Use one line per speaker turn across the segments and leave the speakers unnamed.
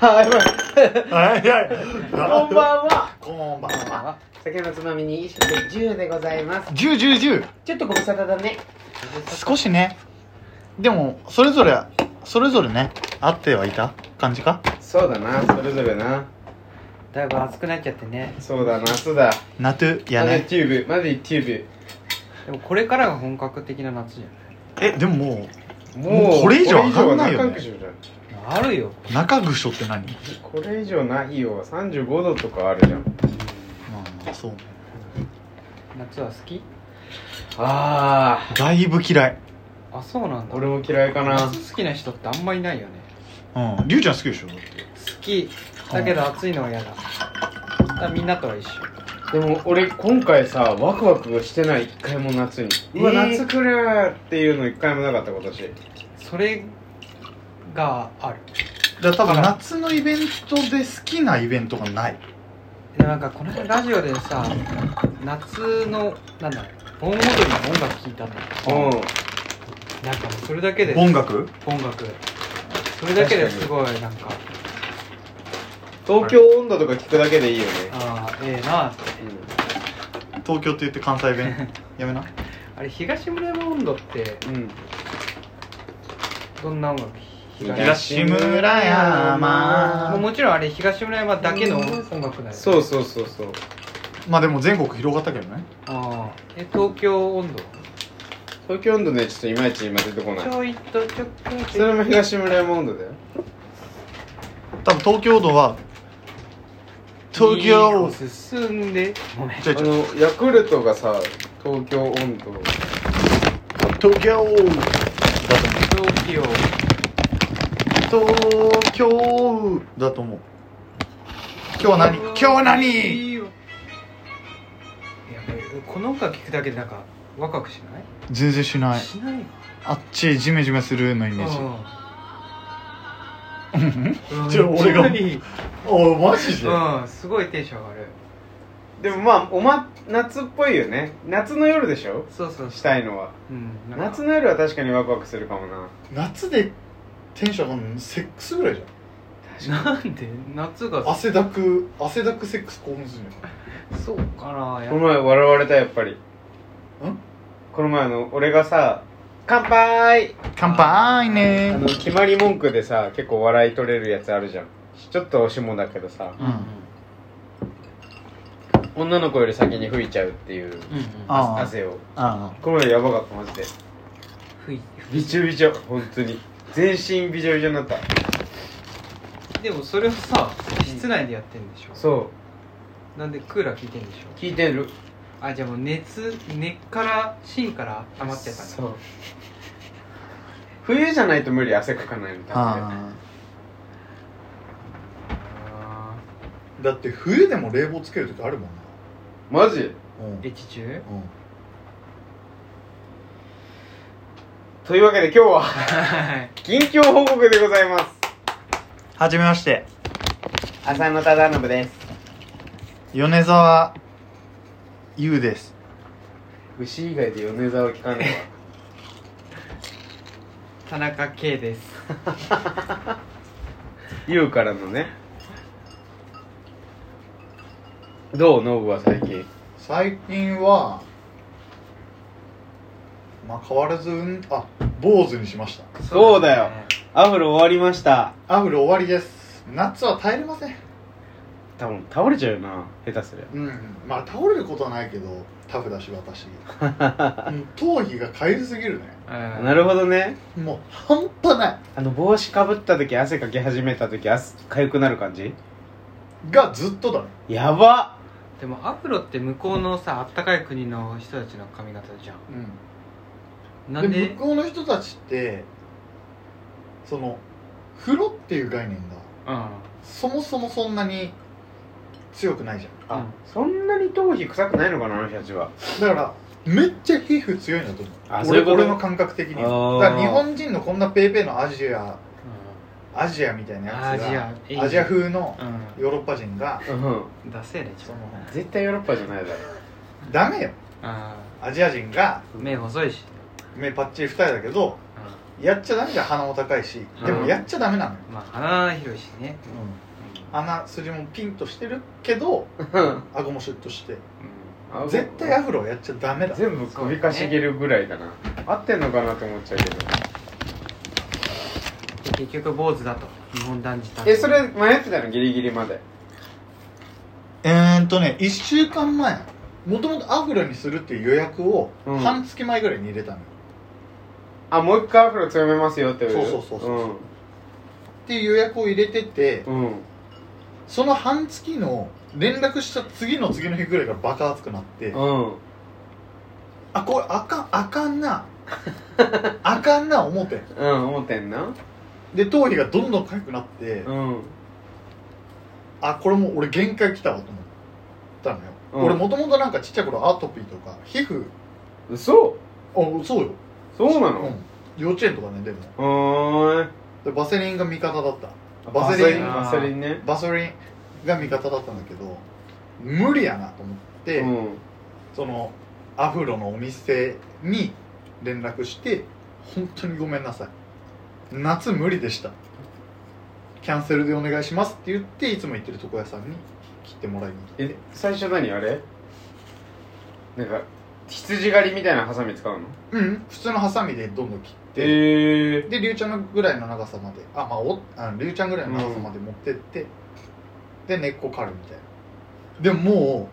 はい
はいはい。
こんばんは
こんばんは。
酒のつまみに一食10でござい ます
十十十。
ちょっとご無沙汰だね
少しね。でもそれぞれそれぞれね合ってはいた感じか。
そうだなそれぞれな
だいぶ暑くなっちゃってね
そうだ夏だ
ナトゥや
まだ
ね。
チューブまだチュー
でもこれからが本格的な夏じ
えでもも
ブ
もうこれ以上上がんないよね
これ以上は中ぐらい
ゃないあるよ
う中ぐしょって何？
じゃんこれ以上ないよ35度とかあるじゃん
まあまあそう。
夏は好き
あ
だいぶ嫌い。
あそうなんだ
俺も嫌いかな
夏好きな人ってあんまいないよね
うん。リュウちゃん好きでしょ。だって
好きだけど暑いのは嫌だだからみんなとは一緒
でも俺今回さワクワクしてない一回も夏にうわ、
えー
夏来るっていうの一回もなかった今年
それがある
だから多分夏のイベントで好きなイベントがない。
でなんかこの間ラジオでさ夏のなんだ盆踊りの音楽聴いたんだよ
うん
なんかもうそれだけで
音楽？
音楽それだけですごいなんか
東京温度とか聞くだけでいいよね、
ああええなって
東京って言って関西 弁。やめな。
あれ東村山温度って
うん、うん、
どんな音楽
東村
もう
山。
もちろんあれ東村山だけの音楽だよ
そうそうそうそう
まあでも全国広がったけどね。
ああえ東京温度
東京温度ねちょっといまいち今出てこない
ちょいとちょっと
それも東村山温度だよ
多分東京都は東京
進んでごめん
ちょい
あ
ちょい
のヤクルトがさ東京温度
東京だと
東京
思う東京だと思う今日は何今日は何
いやこの音楽聴くだけでなんかワクワクしない、
全然しない
しない
あっちジメジメするのイメージ
うん
じゃあ俺が
いい
おおマジ
うんすごいテンション上がる
でもまあおま夏っぽいよね夏の夜でしょ
そうそうそう
したいのは
うんなんか
夏の夜は確かにワクワクするかもな
夏でテンション上がるのセックスぐらいじ
なんで夏
ゃん
が
汗だく汗だくセックス興奮するの
そうかなや
この前笑われたやっぱりんこの前あの俺がさ「乾杯!」
乾杯
あ
ね
の決まり文句でさ結構笑い取れるやつあるじゃんちょっとおしもだけどさ
うんうん
女の子より先に吹いちゃうっていう
うんうん
あ
汗を
あ
この前やばかったマジで
ふい
びちょびちょ本当に全身びちょびちょになった
でもそれをさ室内でやってんでしょ
そ
なんでクーラー効いてんでし
う聞いてる
ょあじゃあもう熱根っから芯から溜まっちゃったんだ
そう冬じゃないと無理汗かかないの
あ
多分ね
ああ
あ
だって冬でも冷房つける時あるもんな
マジ
うん
ーえ地中
うん
というわけで今日は
はい
近況報告でございます
はじめまして
浅野忠信です
米沢優です
牛以外で米沢聞かね
田中圭です
えわ言うからのねどうノブは最近
最近はまあ変わらずうんあ坊主にしました
そうだよアフロ終わりました
アフロ終わりです夏は耐えれません
多分倒れちゃうよな下手すりゃ
うんまあ倒れることはないけどタフだし 私、うん、頭皮がかゆすぎるね
な
なるほどね
もう半端ない
あの帽子かぶった時汗かき始めた時汗かゆくなる感じ
がずっとだね
やば
でもアフロって向こうのさあったかい国の人たちの髪型じゃん
う
なん
で
で
向こうの人たちってその風呂っていう概念が
うん
そもそもそんなに強くないじゃん
あ、
うん
そんなに頭皮臭くないのかなあの人たちは
だからめっちゃ皮膚強いんだと思う
あ
俺
そういうこと
俺の感覚的に
あー
はだから日本人のこんなペーペーのアジアアジアみたいな
ア
やつ
ジア
が
エイ
アジア風の
う
ヨーロッパ人が
うん
んダセえねち
そ
ょっ
の
絶対ヨーロッパじゃないだろ
ダメよ
とあ
アジア人が
ー目細いし
目パッチリ二重だけど
うん
やっちゃダメじゃん鼻も高いしで
う
も
ん
やっちゃダメなのよ、
まあ鼻広いしね
鼻筋もピンとしてるけど顎もシュッとして
あ
絶対アフロはやっちゃダメだ
全部首かしげるぐらいだな、合ってんのかなと思っちゃうけど
で結局坊主だと日本男児だ
えそれ迷ってたのギリギリまで
えーっとね1週間前もともとアフロにするっていう予約を
うん
半月前ぐらいに入れたのよ、
あもう一回アフロ強めますよってい
そうそうそうそうっていう予約を入れてて
うん、うん、
その半月の連絡した次の次の日ぐらいからバカ熱くなって、
うん
あこれあかんあかん なあかんな思てん
うん思ってんな
で頭皮がどんどん痒くなって、
うん
あこれもう俺限界来たわと思ったのよ、
うん
俺もともとなんかちっちゃい頃アトピーとか皮膚
嘘
あそうよ
そうな
う
の
ん幼稚園とかねでも
うーん
でバセリンが味方だったバ
バ
セ
セ
リ
リ
ン
ンバセリンね
バセリンが味方だったんだけど無理やなと思って、
うん
そのアフロのお店に連絡して本当にごめんなさい夏無理でしたキャンセルでお願いしますって言っていつも行ってる床屋さんに切ってもらいに行っ
え
て
最初何あれなんか羊狩りみたいなハサミ使うの
うん普通のハサミでどんどん切って、
ええ
でりゅうちゃんのぐらいの長さまであまあおありゅうちゃんぐらいの長さまで持ってって、で根っこ刈るみたいなでもも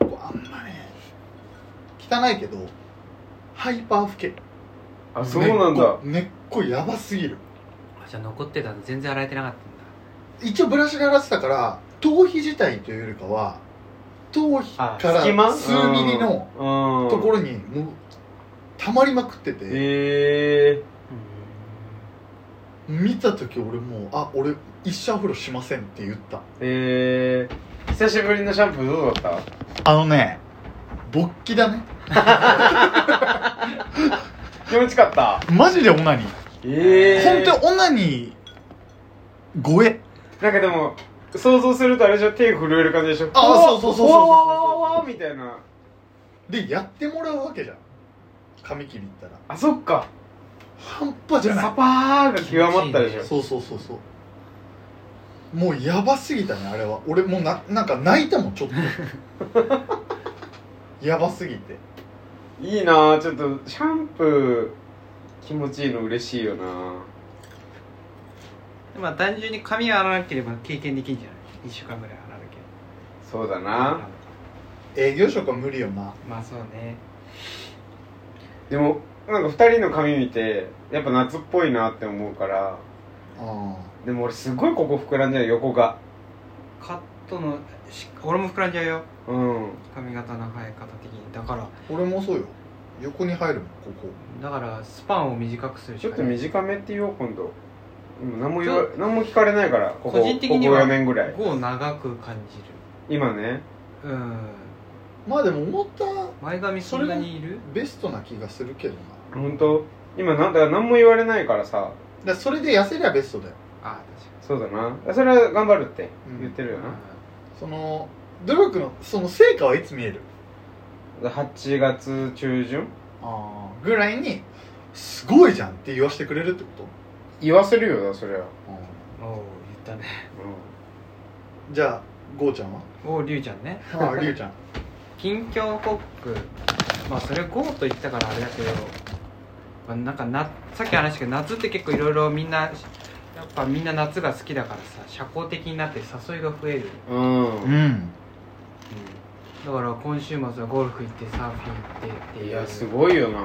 うこうあんまね汚いけどハイパー老け
あそうなんだ
根っこ根っこやばすぎる
あじゃあ残ってたの全然洗えてなかった
一応ブラシで洗ってたから頭皮自体というよりかは頭皮か
あ
隙間
ら数ミリのと
と
ころにもう溜まりまくってて
ええ
ん
見た時俺もうあ俺一生アフロしませんって言った
ええ久しぶりのシャンプーどうだっ
あのね勃起だね
た気持ちかった
マジでオナニー
ええ
本当オナニー超え
なんかでも想像するとあれじゃ手震える感じでしょ
あそうそうそうそうそうそう
わわわわわみたいな
でやってもらうわけじゃん髪切り行ったら
あそっか
半端じゃない
サパーが極まったでしょ
そうそうそうそうもうやばすぎたねあれは俺もうななんか泣いたもんちょっとやばすぎて
いいなあちょっとシャンプー気持ちいいの嬉しいよな
でまあ単純に髪を洗わなければ経験できんじゃない1週間ぐらい洗うけ
そ
ど
うだな
営業職は無理よな
まあそうね
でもなんか2人の髪見てやっぱ夏っぽいなって思うから
あ
でも俺すごいここ膨らんじゃう横が
カットのし俺も膨らんじゃうよ
うん
髪型の生え方的にだから
俺もそうよ横に入るもんここ
だからスパンを短くするし
ちょっ
か
と
ない
短めって言おう今度でも何も言わ何も聞かれないからここ
個人的には
ここ4年ぐらい
こう長く感じ
今ね
るうん
まあでも思った
前髪そんなにいる
ベストな気がするけどな
本当今なんだから何も言われないからさ
だからそれで痩せりゃベストだよ
ああ
そうだなそれは頑張るって
うん
言ってるよ
確か
な、
その努力のその成果はいつ見える
8月中旬
ああぐらいにすごいじゃんって言わせてくれるってこ
言わせるよなそりゃ
と、
におお言ったね
じゃあゴーちゃんは
おおりゅうちゃんね
あありゅうちゃん
近況コックまあそれゴーと言ってたからあれだけど、まあ、なんかなさっき話したけど夏って結構いろいろみんなやっぱみんな夏が好きだからさ社交的になって誘いが増える、
うん、うん
ん
だから今週末はゴルフ行ってサーフィン行ってっていう
いやすごいよな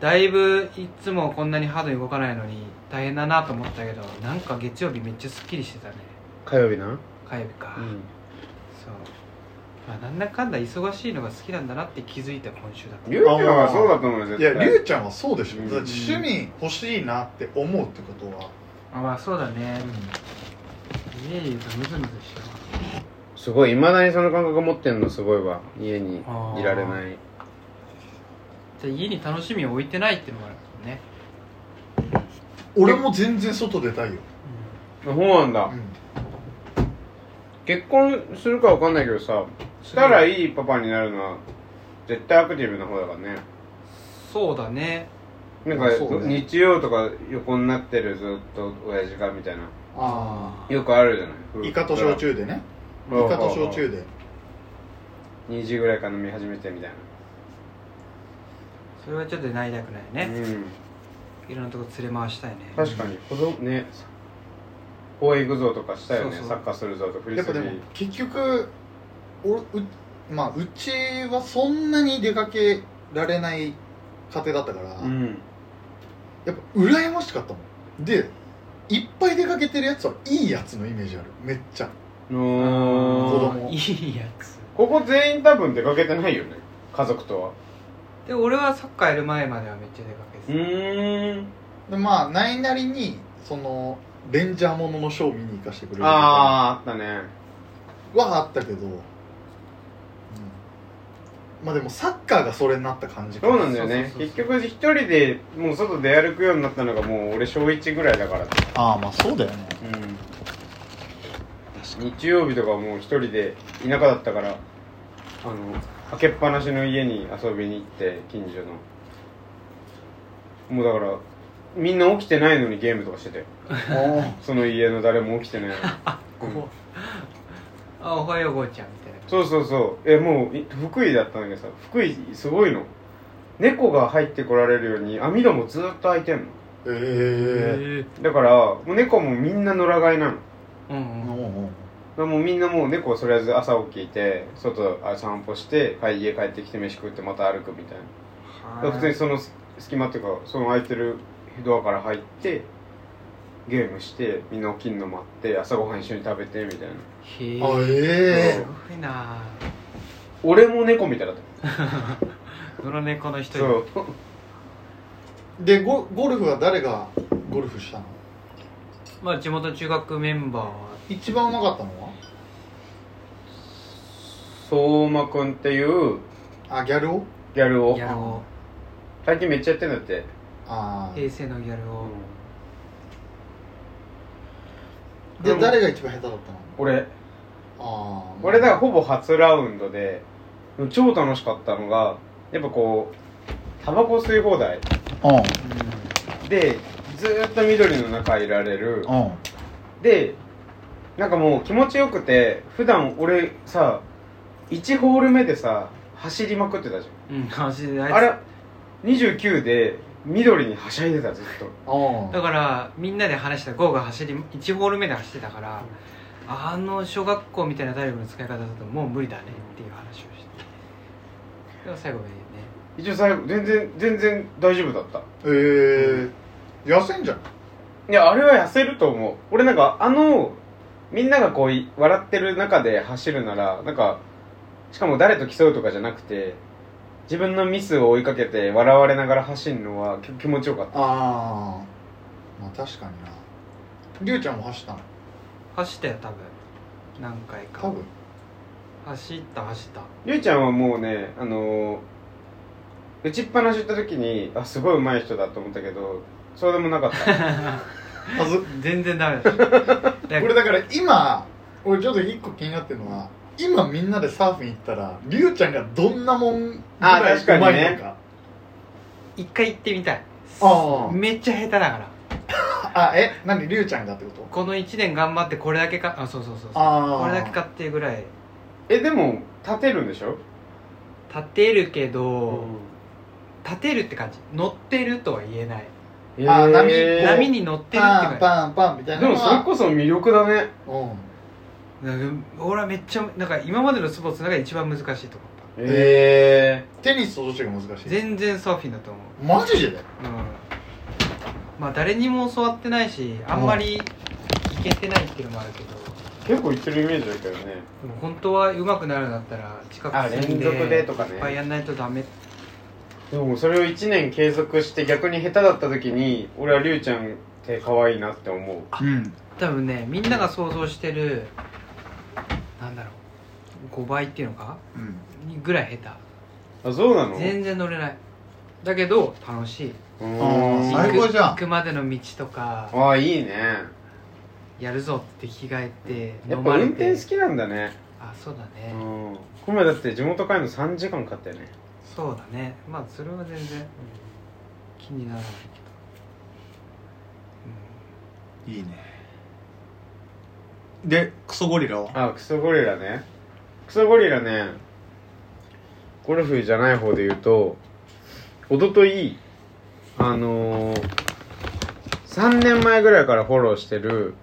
だいぶいつもこんなにハードに動かないのに大変だなと思ったけどなんか月曜日めっちゃすっきりしてたね
火曜日な
火曜日か、
うん
そう、まあ、なんだかんだ忙しいのが好きなんだなって気づいた今週だった
りゅうちゃんはそうだと思うよ
いや
絶対
りゅうちゃんはそうでしょ、
うん
だって趣味欲しいなって思うってことは、
あまあそうだね家にいるとムズムズしちゃ
すごいいまだにその感覚持ってんのすごいわ家にいられない
じゃあ家に楽しみを置いてないっていうのがあるからね、
俺も全然外出たいよ、
そうなんだ結婚するかわかんないけどさしたらいいパパになるのは絶対アクティブな方だからね
そうだね
なんか、
あそうね
日曜とか横になってるずっと親父がみたいな
あ
よくあるじゃない
イカと焼酎でねイ
うん
カと焼酎で
2時ぐらいから飲み始めてみたい
それはちょっとなりたくな
ない
ね、
うん
いろんなとこ連れ回したいね
確かに子供ね公園行くぞとかしたよね
そうそう
サッカーするぞとかフリ
や
ス
っぱ
ビ
でも
ー
結局おうまあうちはそんなに出かけられない家庭だったから、
うん
やっぱ羨ましかったもんでいっぱい出かけてるやつはいいやつのイメージあるめっちゃ
の
子
ー
供
いいやつ
ここ全員多分出かけてないよね家族とは
で俺はサッカーやる前まではめっちゃ出かけて
ーん
でまあないなりにそのレンジャーもののショー見に行かせてくれるとか
あああったね
はあったけど、うんまあでもサッカーがそれになった感じか
そうなんだよね
そうそうそう
結局一人でもう外出歩くようになったのがもう俺小1ぐらいだから
ああまあそうだよね
日曜日とかはもう一人で田舎だったからあの開けっぱなしの家に遊びに行って近所のもうだからみんな起きてないのにゲームとかしてて その家の誰も起きてない のに
た、こうあおはようゴーちゃんみたいな
そうそうそうえもうい福井だったんだけどさ福井すごいの猫が入ってこられるように網戸もずっと開いてんの
ええ
え
だからもう猫もみんな野良飼いなの
うんうん
だからもうみんなもう猫はとりあえず朝起きいて外あ散歩して帰家帰ってきて飯食ってまた歩くみたいなだから普通にその隙間っていうかその空いてるドアから入ってゲームしてみんな起きんの待って朝ごはん一緒に食べてみたいな
へえ
あ
す
ええ
ごいな
俺も猫みたいだった
野良猫の一人
そう
でゴゴルフは誰がゴルフしたの
まあ地元中学メンバーは
一番うまかったのは
相馬くんっていう
あギャルを
ギャルを
ギャルを
最近めっちゃやってんだって
ああ
平成のギャルを
で
で
も
誰が一番下手だったの
俺
ああ
俺だからほぼ初ラウンドで超楽しかったのがやっぱこうタバコ吸い放題
うん
でずーっと緑の中いられる
うん
でなんかもう気持ちよくて普段俺さ1ホール目でさ走りまくってたじ
うん、うん、話で
ゃ
あい
ん
つ
あれ29で緑にはしゃいでたずっと
あ
だからみんなで話したゴーが走り1ホール目で走ってたからあの小学校みたいな体力の使い方だともう無理だねっていう話をしてでも最後までね
一応最後全然全然大丈夫だった
ええ痩せんじゃん
いやあれは痩せると思う俺なんかあのみんながこうい笑ってる中で走るならなんかしかも誰と競うとかじゃなくて自分のミスを追いかけて笑われながら走るのはき気持ちよかった
ああまあ確かになりゅうちゃんも走ったの
走ったよ多分何回か
多分
走った走った
ゆいちゃんはもうねあのー打ちっぱなし行った時にあすごい上手い人だと思ったけどそうでもなかった
はず
全然ダメだっ ただから
俺だから今俺ちょっと一個気になってるのは今みんなでサーフィン行ったらりゅうちゃんがどんなもんぐ
あ
ら
ー
い
確か
う
に
ま
ね
いのか
一回行ってみたい
ああ
めっちゃ下手だから
あえ何りゅうちゃんがってこと
この1年頑張ってこれだけかあそうそうそうそう
ああ
これだけかっていうぐらい
えでも立てるんでしょ
立てるけど、立てるって感じ乗ってるとは言えない、
えー
あ波え
波に乗ってるって
パン
感じ
パンパンみたい
で
なの
もそれ
は
こそ魅力だね
うん
なんか俺はめっちゃなんか今までのスポーツの中で一番難しいと思っ
え
テニスとどっちが難したい
全然サーフィンだと思う
マジで
うんまあ誰にも教わってないしあんまりいけてないっていうのもあるけど
ー、結構行ってるイメージだけどね
でも本当は上手くなるんだったら近
あ
く住ん
連続でとかね
いっぱいやんないとダメ
でもそれを1年継続して逆に下手だった時に俺はりゅうちゃんって可愛いなって思う
うん
多分ねみんなが想像してるなんだろう5倍っていうのか
うん
ぐらい下
あそうなの
手全然乗れないだけど楽しいう
あー
ーん
最高じゃん
行くまでの道とか
ああいいね
やるぞって着替えて
や
飲
っ
ま
ぱ
れ
運
て
転好きなんだね
あそうだ
う
ね、
んこの前だって地元帰るの3時間かかったよね
そうだねまあそれは全然気にならないけ
いいねでクソゴリラは
あクソゴリラねクソゴリラねゴルフじゃない方で言うと一昨日あのー、3年前ぐらいからフォローしてる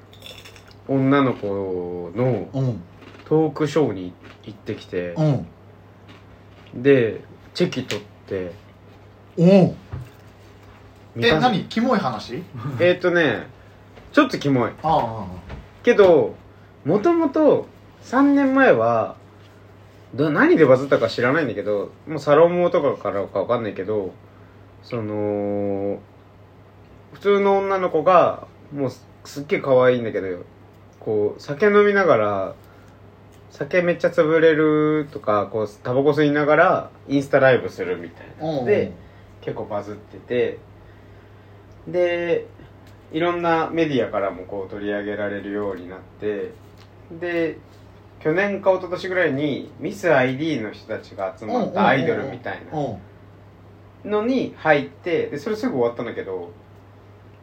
女の子の
うん
トークショーに行ってきて
うん
でチェキ取って
うん
見
え
た
何キモい話
えーっとねちょっとキモい
ああ
けどもともと3年前はど何でバズったか知らないんだけどもうサロンモとかからかわかんないけどその普通の女の子がもうすすっげえ可愛いんだけどこう酒飲みながら酒めっちゃ潰れるとかこうタバコ吸いながらインスタライブするみたいな、
うん
で結構バズっててでいろんなメディアからもこう取り上げられるようになってで去年か一昨年ぐらいにミス ID の人たちが集まったアイドルみたいな
うん
のに入ってでそれすぐ終わったんだけど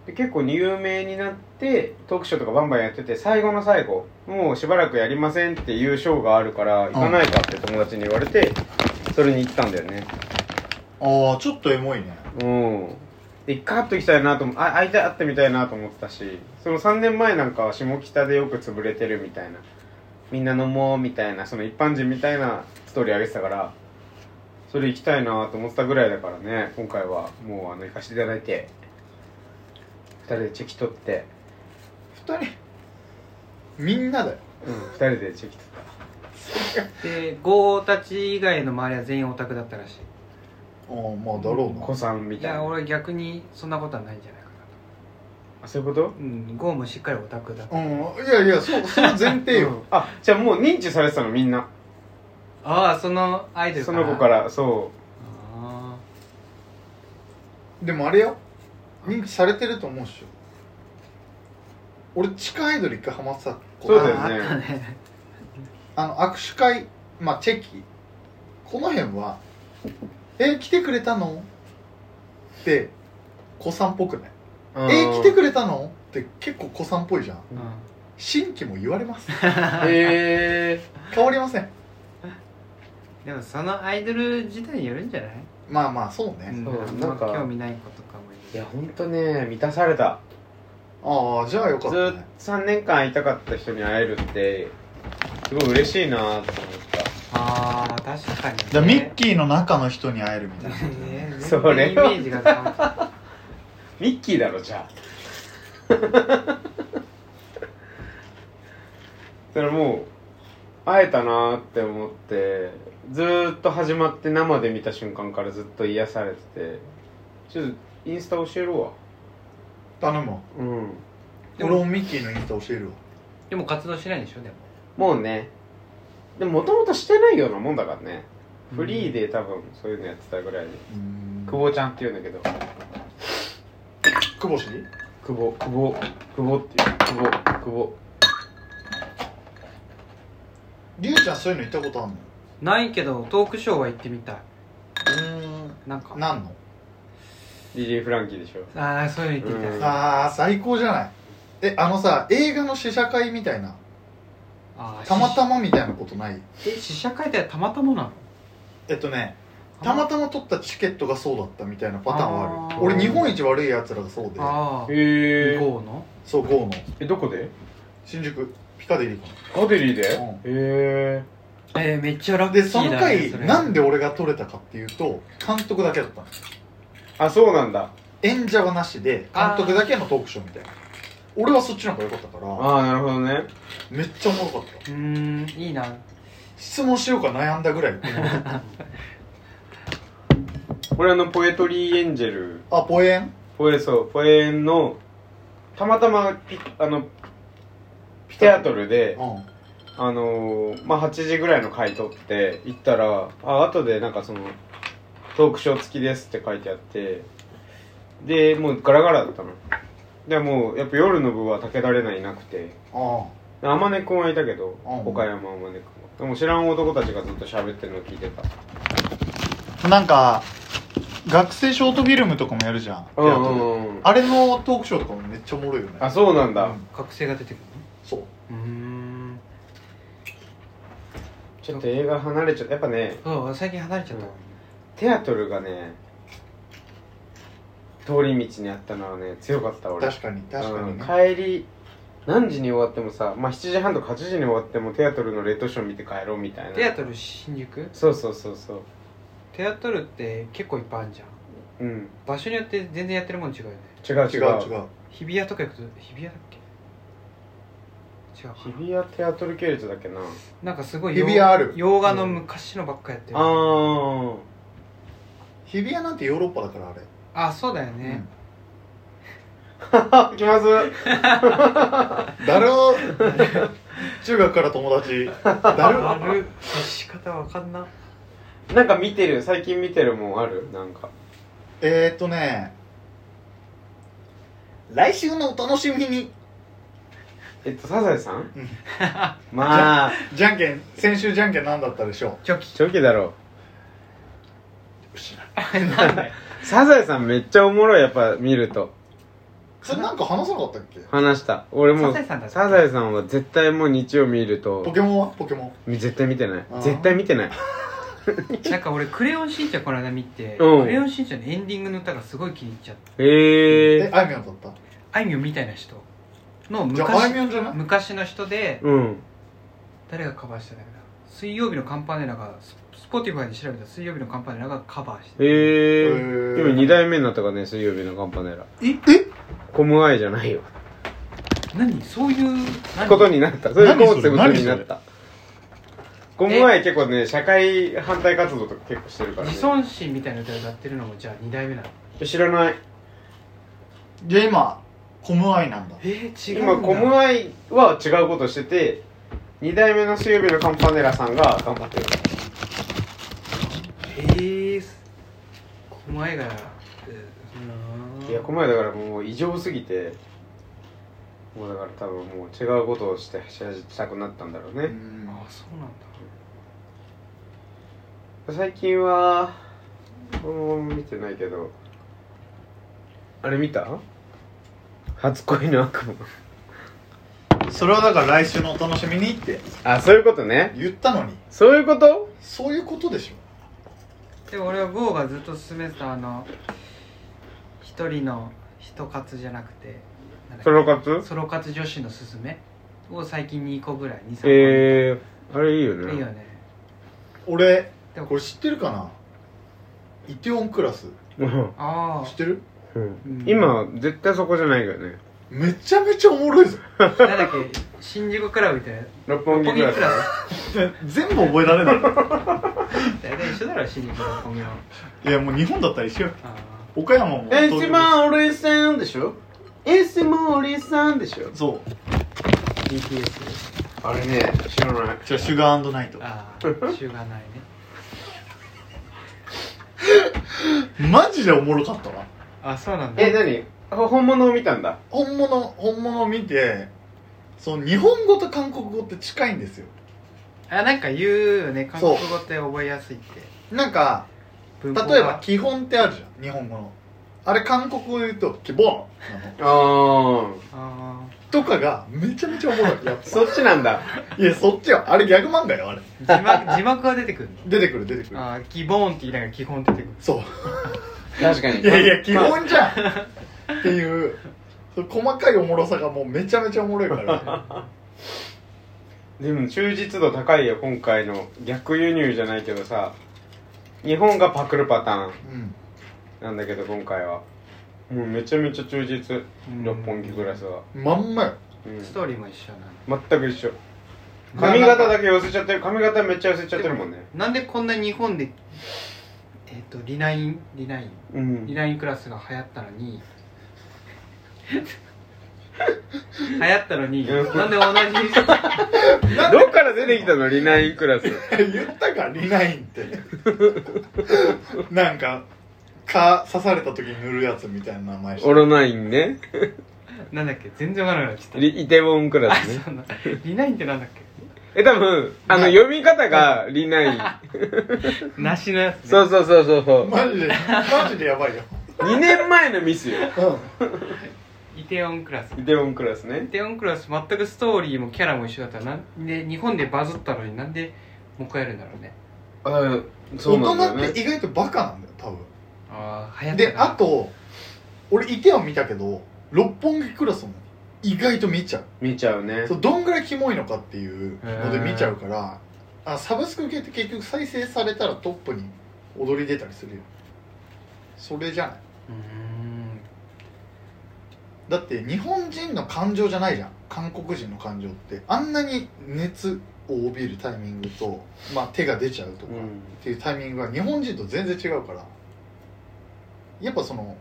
で結構有名になってトークショーとかバンバンやってて最後の最後もうしばらくやりませんっていうショーがあるから行かないかって友達に言われてそれに行ったんだよね
ああちょっとエモいね
うんで一回会ってきたいなと思あ会いたい会ってみたいなと思ってたしその3年前なんかは下北でよく潰れてるみたいなみんな飲もうみたいなその一般人みたいなストーリー上げてたからそれ行きたいなと思ってたぐらいだからね今回はもうあの行かせていただいて2人でチェキ取って、
二人みんなだよ
うん、2人でチェキ取っ
どでゴーたち以外の周りは全員オタクだったらしい
ああまあだろう
た
な
子さんみ
い
たい
や
な
俺逆にそんなことはないんじゃないかな
あそういうこと
とうんゴーもしっかりオタクだった
うんいやいやそうその前提よ、
あじゃあもう認知されてたのみんな
ああそのアイドル
その子かららそ
あ
でもあれよ認知されてると思うっしょ俺地下アイドル一回ハマってた
う
子
そうだ
あ
よ
あった
ね
ね
あの握手会まあチェキこの辺は「え来てくれたの?」って子さんっぽくない「え来て
れ
くれたの?」って結構子さんっぽいじゃん
う
うん
ん
新規も言われます
へえ
変わりません
でもそのアイドル自体によるんじゃない
まあまあそうね、
うん
そう
あんま
なんか
興味ない子とかもい
い
る
やほんとね満たされた
ああじゃあよ
ず
か
っ
っ
と
たね
3年間会いたかった人に会えるってすごい嬉しいなと思っ
ああ確かにね
じゃあミッキーの中の人に会えるみたいな感じだね
ね
それ
全然イメージが変わった
たミッキーだろじゃあ だからもう会えたなって思ってずーっと始まって生で見た瞬間からずっと癒されててちょっとインスタ教えるわ
頼むわ
うん
で
俺
も
もミッキーのインスタ教えるわ
でも活動しないでしょでも
もうねでももともとしてないようなもんだからねフリーで多分そういうのやってたぐらいで
うん
久保ちゃんっていうんだけど
久保氏
久保久保久保っていう久保久保
りゅうちゃんそういうの行ったことあんの
ないけどトークショーは行ってみたいうなんか
ん何の
リリー・フランキーでしょ
ああそういうの行ってみたい
うん
あ
ああ最高じゃないえあのさ映画の試写会みたいな
あ
たま
ま
たまみたいなことない
え試写会ってたまたまなの
えっとねたまたま取ったチケットがそうだったみたいなパターンはある
あー
俺日本一悪いやつらがそうで
ああ
へ
向こうの
そう GO の
えどこで
新宿ピカデリーか
アデリーで
うん
へえ
えー、めっちゃラ
な
ッキー
で
だ、ね、
その回
それ
なんで俺が取れたかっていうと監督だけだったの
あそうなんだ
演者はなしで監督だけのトークショーみたいな俺はそっちの方が良かったから
ああなるほどね
めっちゃおもろかった
うーんいいな
質問しようか悩んだぐらい
俺あのポエトリー・エンジェル
あポエン
ポエそうポエンのたまたまピあのピテアトルで
うん
あのーまあ8時ぐらいの回取って行ったらあ後でなんかそのトークショー付きですって書いてあってでもうガラガラだったのでもうやっぱ夜の部は竹田れないなくて
あ
天音くんはいたけど、
うん
岡山天音くんはでも知らん男たちがずっと喋ってるのを聞いてた
あなんか学生ショートフィルムとかもやるじゃん
うん
テアトル
うんうん
あれのトークショーとかもめっちゃおもろいよね
あそうなんだ、
うん
覚醒が出てくるね
そう
うーん
ちょっと映画離れちゃったやっぱね
そう最近離れちゃった、
うんテアトルがね通り道にあったのはね強かった俺
確かに確かにね
うん帰り何時に終わってもさ、まあ、7時半とか8時に終わってもテアトルのレートショー見て帰ろうみたいな
テアトル新宿
そうそうそうそう
テアトルって結構いっぱいあるじゃん
うん
場所によって全然やってるもん違うよね
違う違う
違う違う
日比谷とか行くと日比谷だっけ違うか
日比谷テアトル系列だっけな
なんかすごい
日比谷ある
洋画の昔のばっかやってる、
あー
日比谷なんてヨーロッパだからあれ
あそうだよね、
あ気まずい
だろ 中学から友達だ
あ
ろ
る接し方わかんな
なんか見てる最近見てるもんあるなんか
えーっとね来週のお楽しみに
えっとサザエさん、
う ん
まあ
じゃんけん先週じゃんけん何だったでしょ
チョキ
正気だろ
う知らん
なんだよ
うサザエさんめっちゃおもろいやっぱ見ると
それなんか話さなかったっけ
話した俺も
サザエさんだっけ
サザエさんは絶対もう日曜見ると
ポケモンはポケモン
絶対見てない
あー
絶対見て ない
なんか俺「クレヨンしんちゃん」この間見て「
うん
クレヨンしんちゃん」のエンディングの歌がすごい気に入っちゃって
へ
え
え
あいみょんだった
あいみょんみたいな人の
じゃああい
昔
みょんじゃない
昔の人で
うん
誰がカバーしてたんだろうな水曜日のカンパネラがススポティファイで調べたら水曜日のカンパネラがカバーしてる
へえ
へー
今2代目になったからね水曜日のカンパネラ
ええ
コムアイじゃないよ
何そういう何
ことになったそういう
何
コ
そ
ン
れ
セプトになっ
何そ
たコムアイ結構ね社会反対活動とか結構してるから
自
ね
尊心みたいな歌を歌ってるのもじゃあ2代目なの
知らない
じゃあ今コムアイなんだ
えー、違うんだ
今コムアイは違うことしてて2代目の水曜日のカンパネラさんが頑張ってる
えー、すコムアイがうーん
いやこの前だからもう異常すぎてもうだから多分もう違うことをしてししたくなったんだろう
う
ね、
ん
あそうなんだ
最近はこのまま見てないけどあれ見た初恋の悪夢
それはだから来週のお楽しみにって
あそういうことね
言ったのに
そういうこと
そういうことでしょ
でも俺はゴーがずっと勧めてたあの一人の人活じゃなくてなんだっけ
ソロ活
ソロ活女子のすすめを最近2個ぐらい23個
えー、あれいいよね
いいよね
俺
でも
これ知ってるかなイテウォンクラス
うん
あ
知ってる
うん
うん
今絶対そこじゃないけどね
めちゃめちゃおもろいぞ
あなんだっけ新宿クラブみたいな
六本木クラス
六本
全部覚えられない
木クラブ大体一緒だろ新宿六本木の
いやもう日本だったら一緒よ
あ
岡山も
え
東
一
京
番おりさんでしょ一番おりさんでしょ
そう
ー BTS
あれね知らない
じゃあシュガーナイト
ああ週がないね
マジでおもろかったわ
あそうなんだ
え何ほ本物を見たんだ
本物本物を見てその日本語と韓国語って近いんですよ
あなんか言うよね韓
そう
国語って覚えやすいって
なんか
文法が
例えば基本ってあるじゃん日本語のあれ韓国語で言うと「キボン」なの
ああ
あ
とかがめちゃめちゃおもろいやっ
そっちなんだ
ぱいやそっちよあれギャグ漫画よあれ
ー字幕字幕が出てくる
出てくる出てくる
のあーギボーンって言いながら基本出てくる
そ
確か
う
に
いやいや基
まあ
本じゃんっていうその細かいおもろさがもうめちゃめちゃおもろいから
でも忠実度高いよ今回の逆輸入じゃないけどさ日本がパクるパターン
うん
なんだけど今回はもうめちゃめちゃ忠実六本木クラスは、
まんまよ
うん
ストーリーも一緒なの
全く一緒髪型だけ寄せちゃってる髪型めっちゃ寄せちゃってるもんね
なんでこんな日本でえっ、とリナインリナイン
う
リ
ん
ナインクラスが流行ったの に流行ったのに
うん
なんで同じ
どっから出てきたのリナインクラス
言ったかリナインって なんか蚊刺された時に塗るやつみたいな名前して
オロナインね
なんだっけ全然わからなくなっちゃった
リイテウォンクラスね
あそうなんだリナインってなんだっけ
え多分あの
ない
読み方がリナイ
梨のやつね
そうそうそうそうそう
マジでマジでやばいよ
2年前のミスよ
イテオンクラス
イテウォンクラス
イ
ね
テオンクラス全くストーリーもキャラも一緒だったらなんで日本でバズったのになんでもう一回やるんだろうね
あ
大人って意外とバカなんだよ多分
ああ流行って
で
たな
あと俺イテは見たけど六本木クラスも意外と見ちゃう
見ちゃうね
そうどんぐらいキモいのかっていうので見ちゃうからあサブスク系って結局再生されたらトップに踊り出たりするよそれじゃないう
ーん
だって日本人の感情じゃないじゃん韓国人の感情ってあんなに熱を帯びるタイミングと、まあ、手が出ちゃうとか、
う
っ
ん
ていうタイミングが日本人と全然違うからやっぱその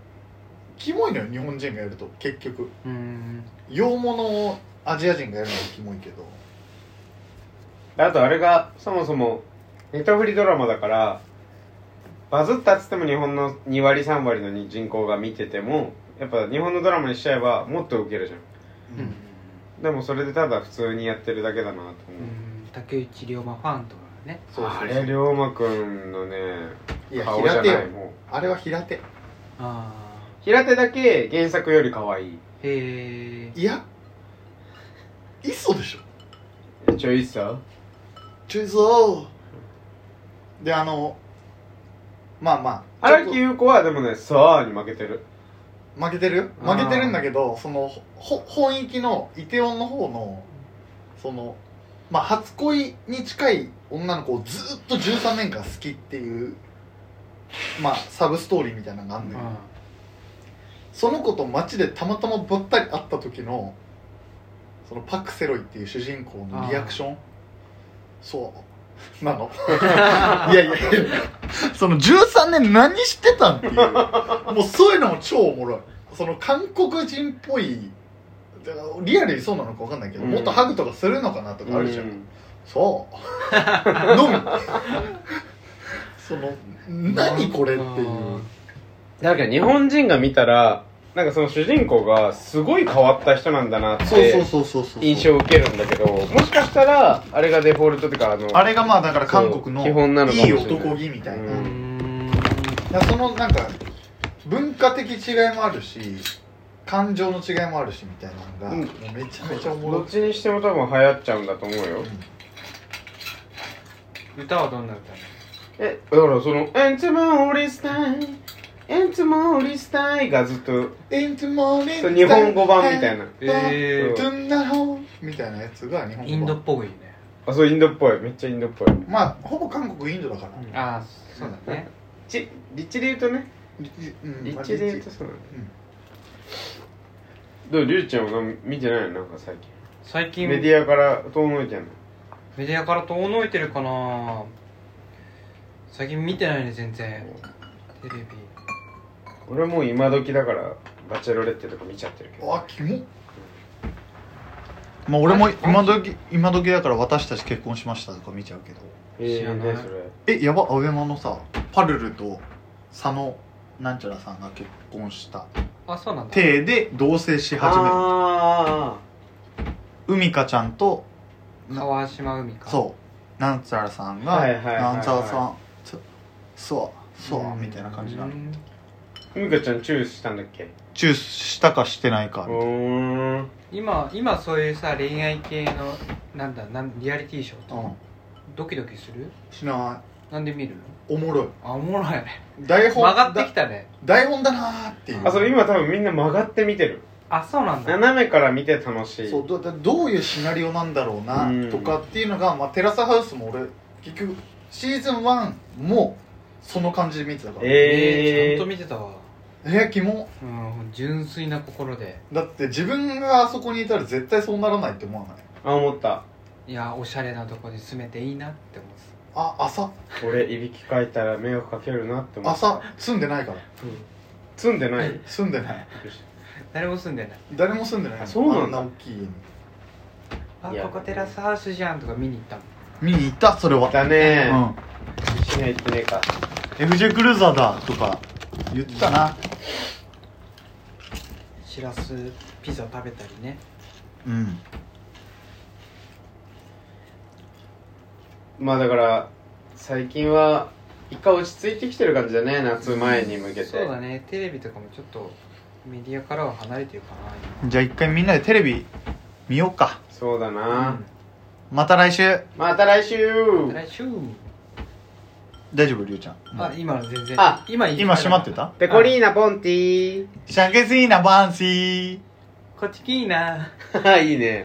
キモいのよ日本人がやると結局
うーん
洋物をアジア人がやるのはキモいけど
あとあれがそもそもネタフリドラマだからバズったっつっても日本の2割3割の人口が見ててもやっぱ日本のドラマにしちゃえばもっとウケるじゃん
うん、
でもそれでただ普通にやってるだけだなと思う、
うん竹内涼真ファンとかね
そうそうそう
あれ龍馬くんのね
いや
顔じ
平
ゃ
手
な
よ
いもう
あれは平手
ああ
平手だけ原作より可愛い
へえ
いや磯でしょ
ちょいさ
チュイゾーであのまあまあ
荒
ちょっ
木優子はでもね「さあ」に負けてる
と負けてるよ負けてるんだけどそのほ本域のイテウォンの方のそのまあ初恋に近い女の子をずっと13年間好きっていうまあサブストーリーみたいなのがあんだけど、その子と街でたまたまばったり会った時のそのパク・セロイっていう主人公のリアクションそうなの いやいやいやその13年何してたんっていうもうそういうのも超おもろいその韓国人っぽいだからリアルにそうなのか分かんないけど、
うん
もっとハグとかするのかなとかあるじゃん、
うん
そう のみその何これっていう
だけど日本人が見たらなんかその主人公がすごい変わった人なんだなっ
そうそ
て
うそうそうそう
印象を受けるんだけどもしかしたらあれがデフォルトっていうかあの
あれがまあだから韓国の
そう基本なのかもし
い
れない
男気みたいな、
う
うんん
だからそのなんか文化的違いもあるし感情の違いもあるしみたいなのが、
うん
もうめちゃめちゃおも
ど
ろ
っちにしても多分流行っちゃうんだと思うよ
い、
歌はどんな歌なの
えだからその「エンツモーリスタイエンツモーリスタイ」がずっとそう日本語版みたいな
え
トゥンナホーみたいなやつが日本語版
インドっぽいね
あそうインドっぽいめっちゃインドっぽい
まあほぼ韓国インドだから、
ああそうだね
ち立地で言うとね
うん
立地で言うとそうなの
うん
どうりゅうちゃんは見てないのなんか最近
最近
メディアから遠のいてんの
メディアから遠のいてるかな最近見てないね全然テレビ
俺もう今時だからバチェロレッテとか見ちゃってるけど
あキモまあ俺も今時今時だから私たち結婚しましたとか見ちゃうけど
え
知
え
らない
ねそれ
えやばアベマのさパルルと佐野なんちゃらさんが結婚した
あそうなんだ
体で同棲し始める
あ
海香ちゃんと
川島海か
そうなんちゃらさんが、
はいはいはいはい
なんちゃらさんちょそうそう、
ん
みたいな感じなの
うん
あみかちゃんチューしたんだっけ
チューしたかしてないか
うーん
今今そういうさ恋愛系のなんだなんリアリティショーと
うん
ドキドキする
しな
なんで見るの
いおもろい
あおもろいね
台本
曲がって
だ
きたね
台本だなーっていう
あそれ今多分みんな曲がって見てる
あそうなんだ
斜めから見て楽しい
そうどだどういうシナリオなんだろうな
うん
とかっていうのが、まあ、テラスハウスも俺結局シーズン1もその感じで見てたからえ
え
えーちゃんと
え
見てたわ
ー、キモ
うん純粋な心で
だって自分があそこにいたら絶対そうならないって思わない
あ思った
いやおしゃれなとこに住めていいなって思ってた
あ朝
俺いびきかいたら迷惑かけるなって思った
朝住んでないか
う
ら
ん積んでない
住んでない
誰も住んでない
誰も住んでない
あそうなんだ
あんな大きい家に
あ
いや
ここテラスハウスじゃんとか見に行ったもん
見に行ったそれは
だね
うん
しないってねえか
FJ クルーザーだとか言ってたな
しらすピザ食べたりね
うん
まあだから最近は一回落ち着いてきてる感じだね夏前に向けて
そうだねテレビとかもちょっとメディアからは離れてるかな
じゃあ一回みんなでテレビ見ようか
そうだな、
今
また来週
また来週
うん来週
大丈夫りゅうちゃん
あ今の全然
あ
今言い
今閉まってた
ペコリーナポンティ
シャンケスイーナバンシー
こっちきいな
ーいいね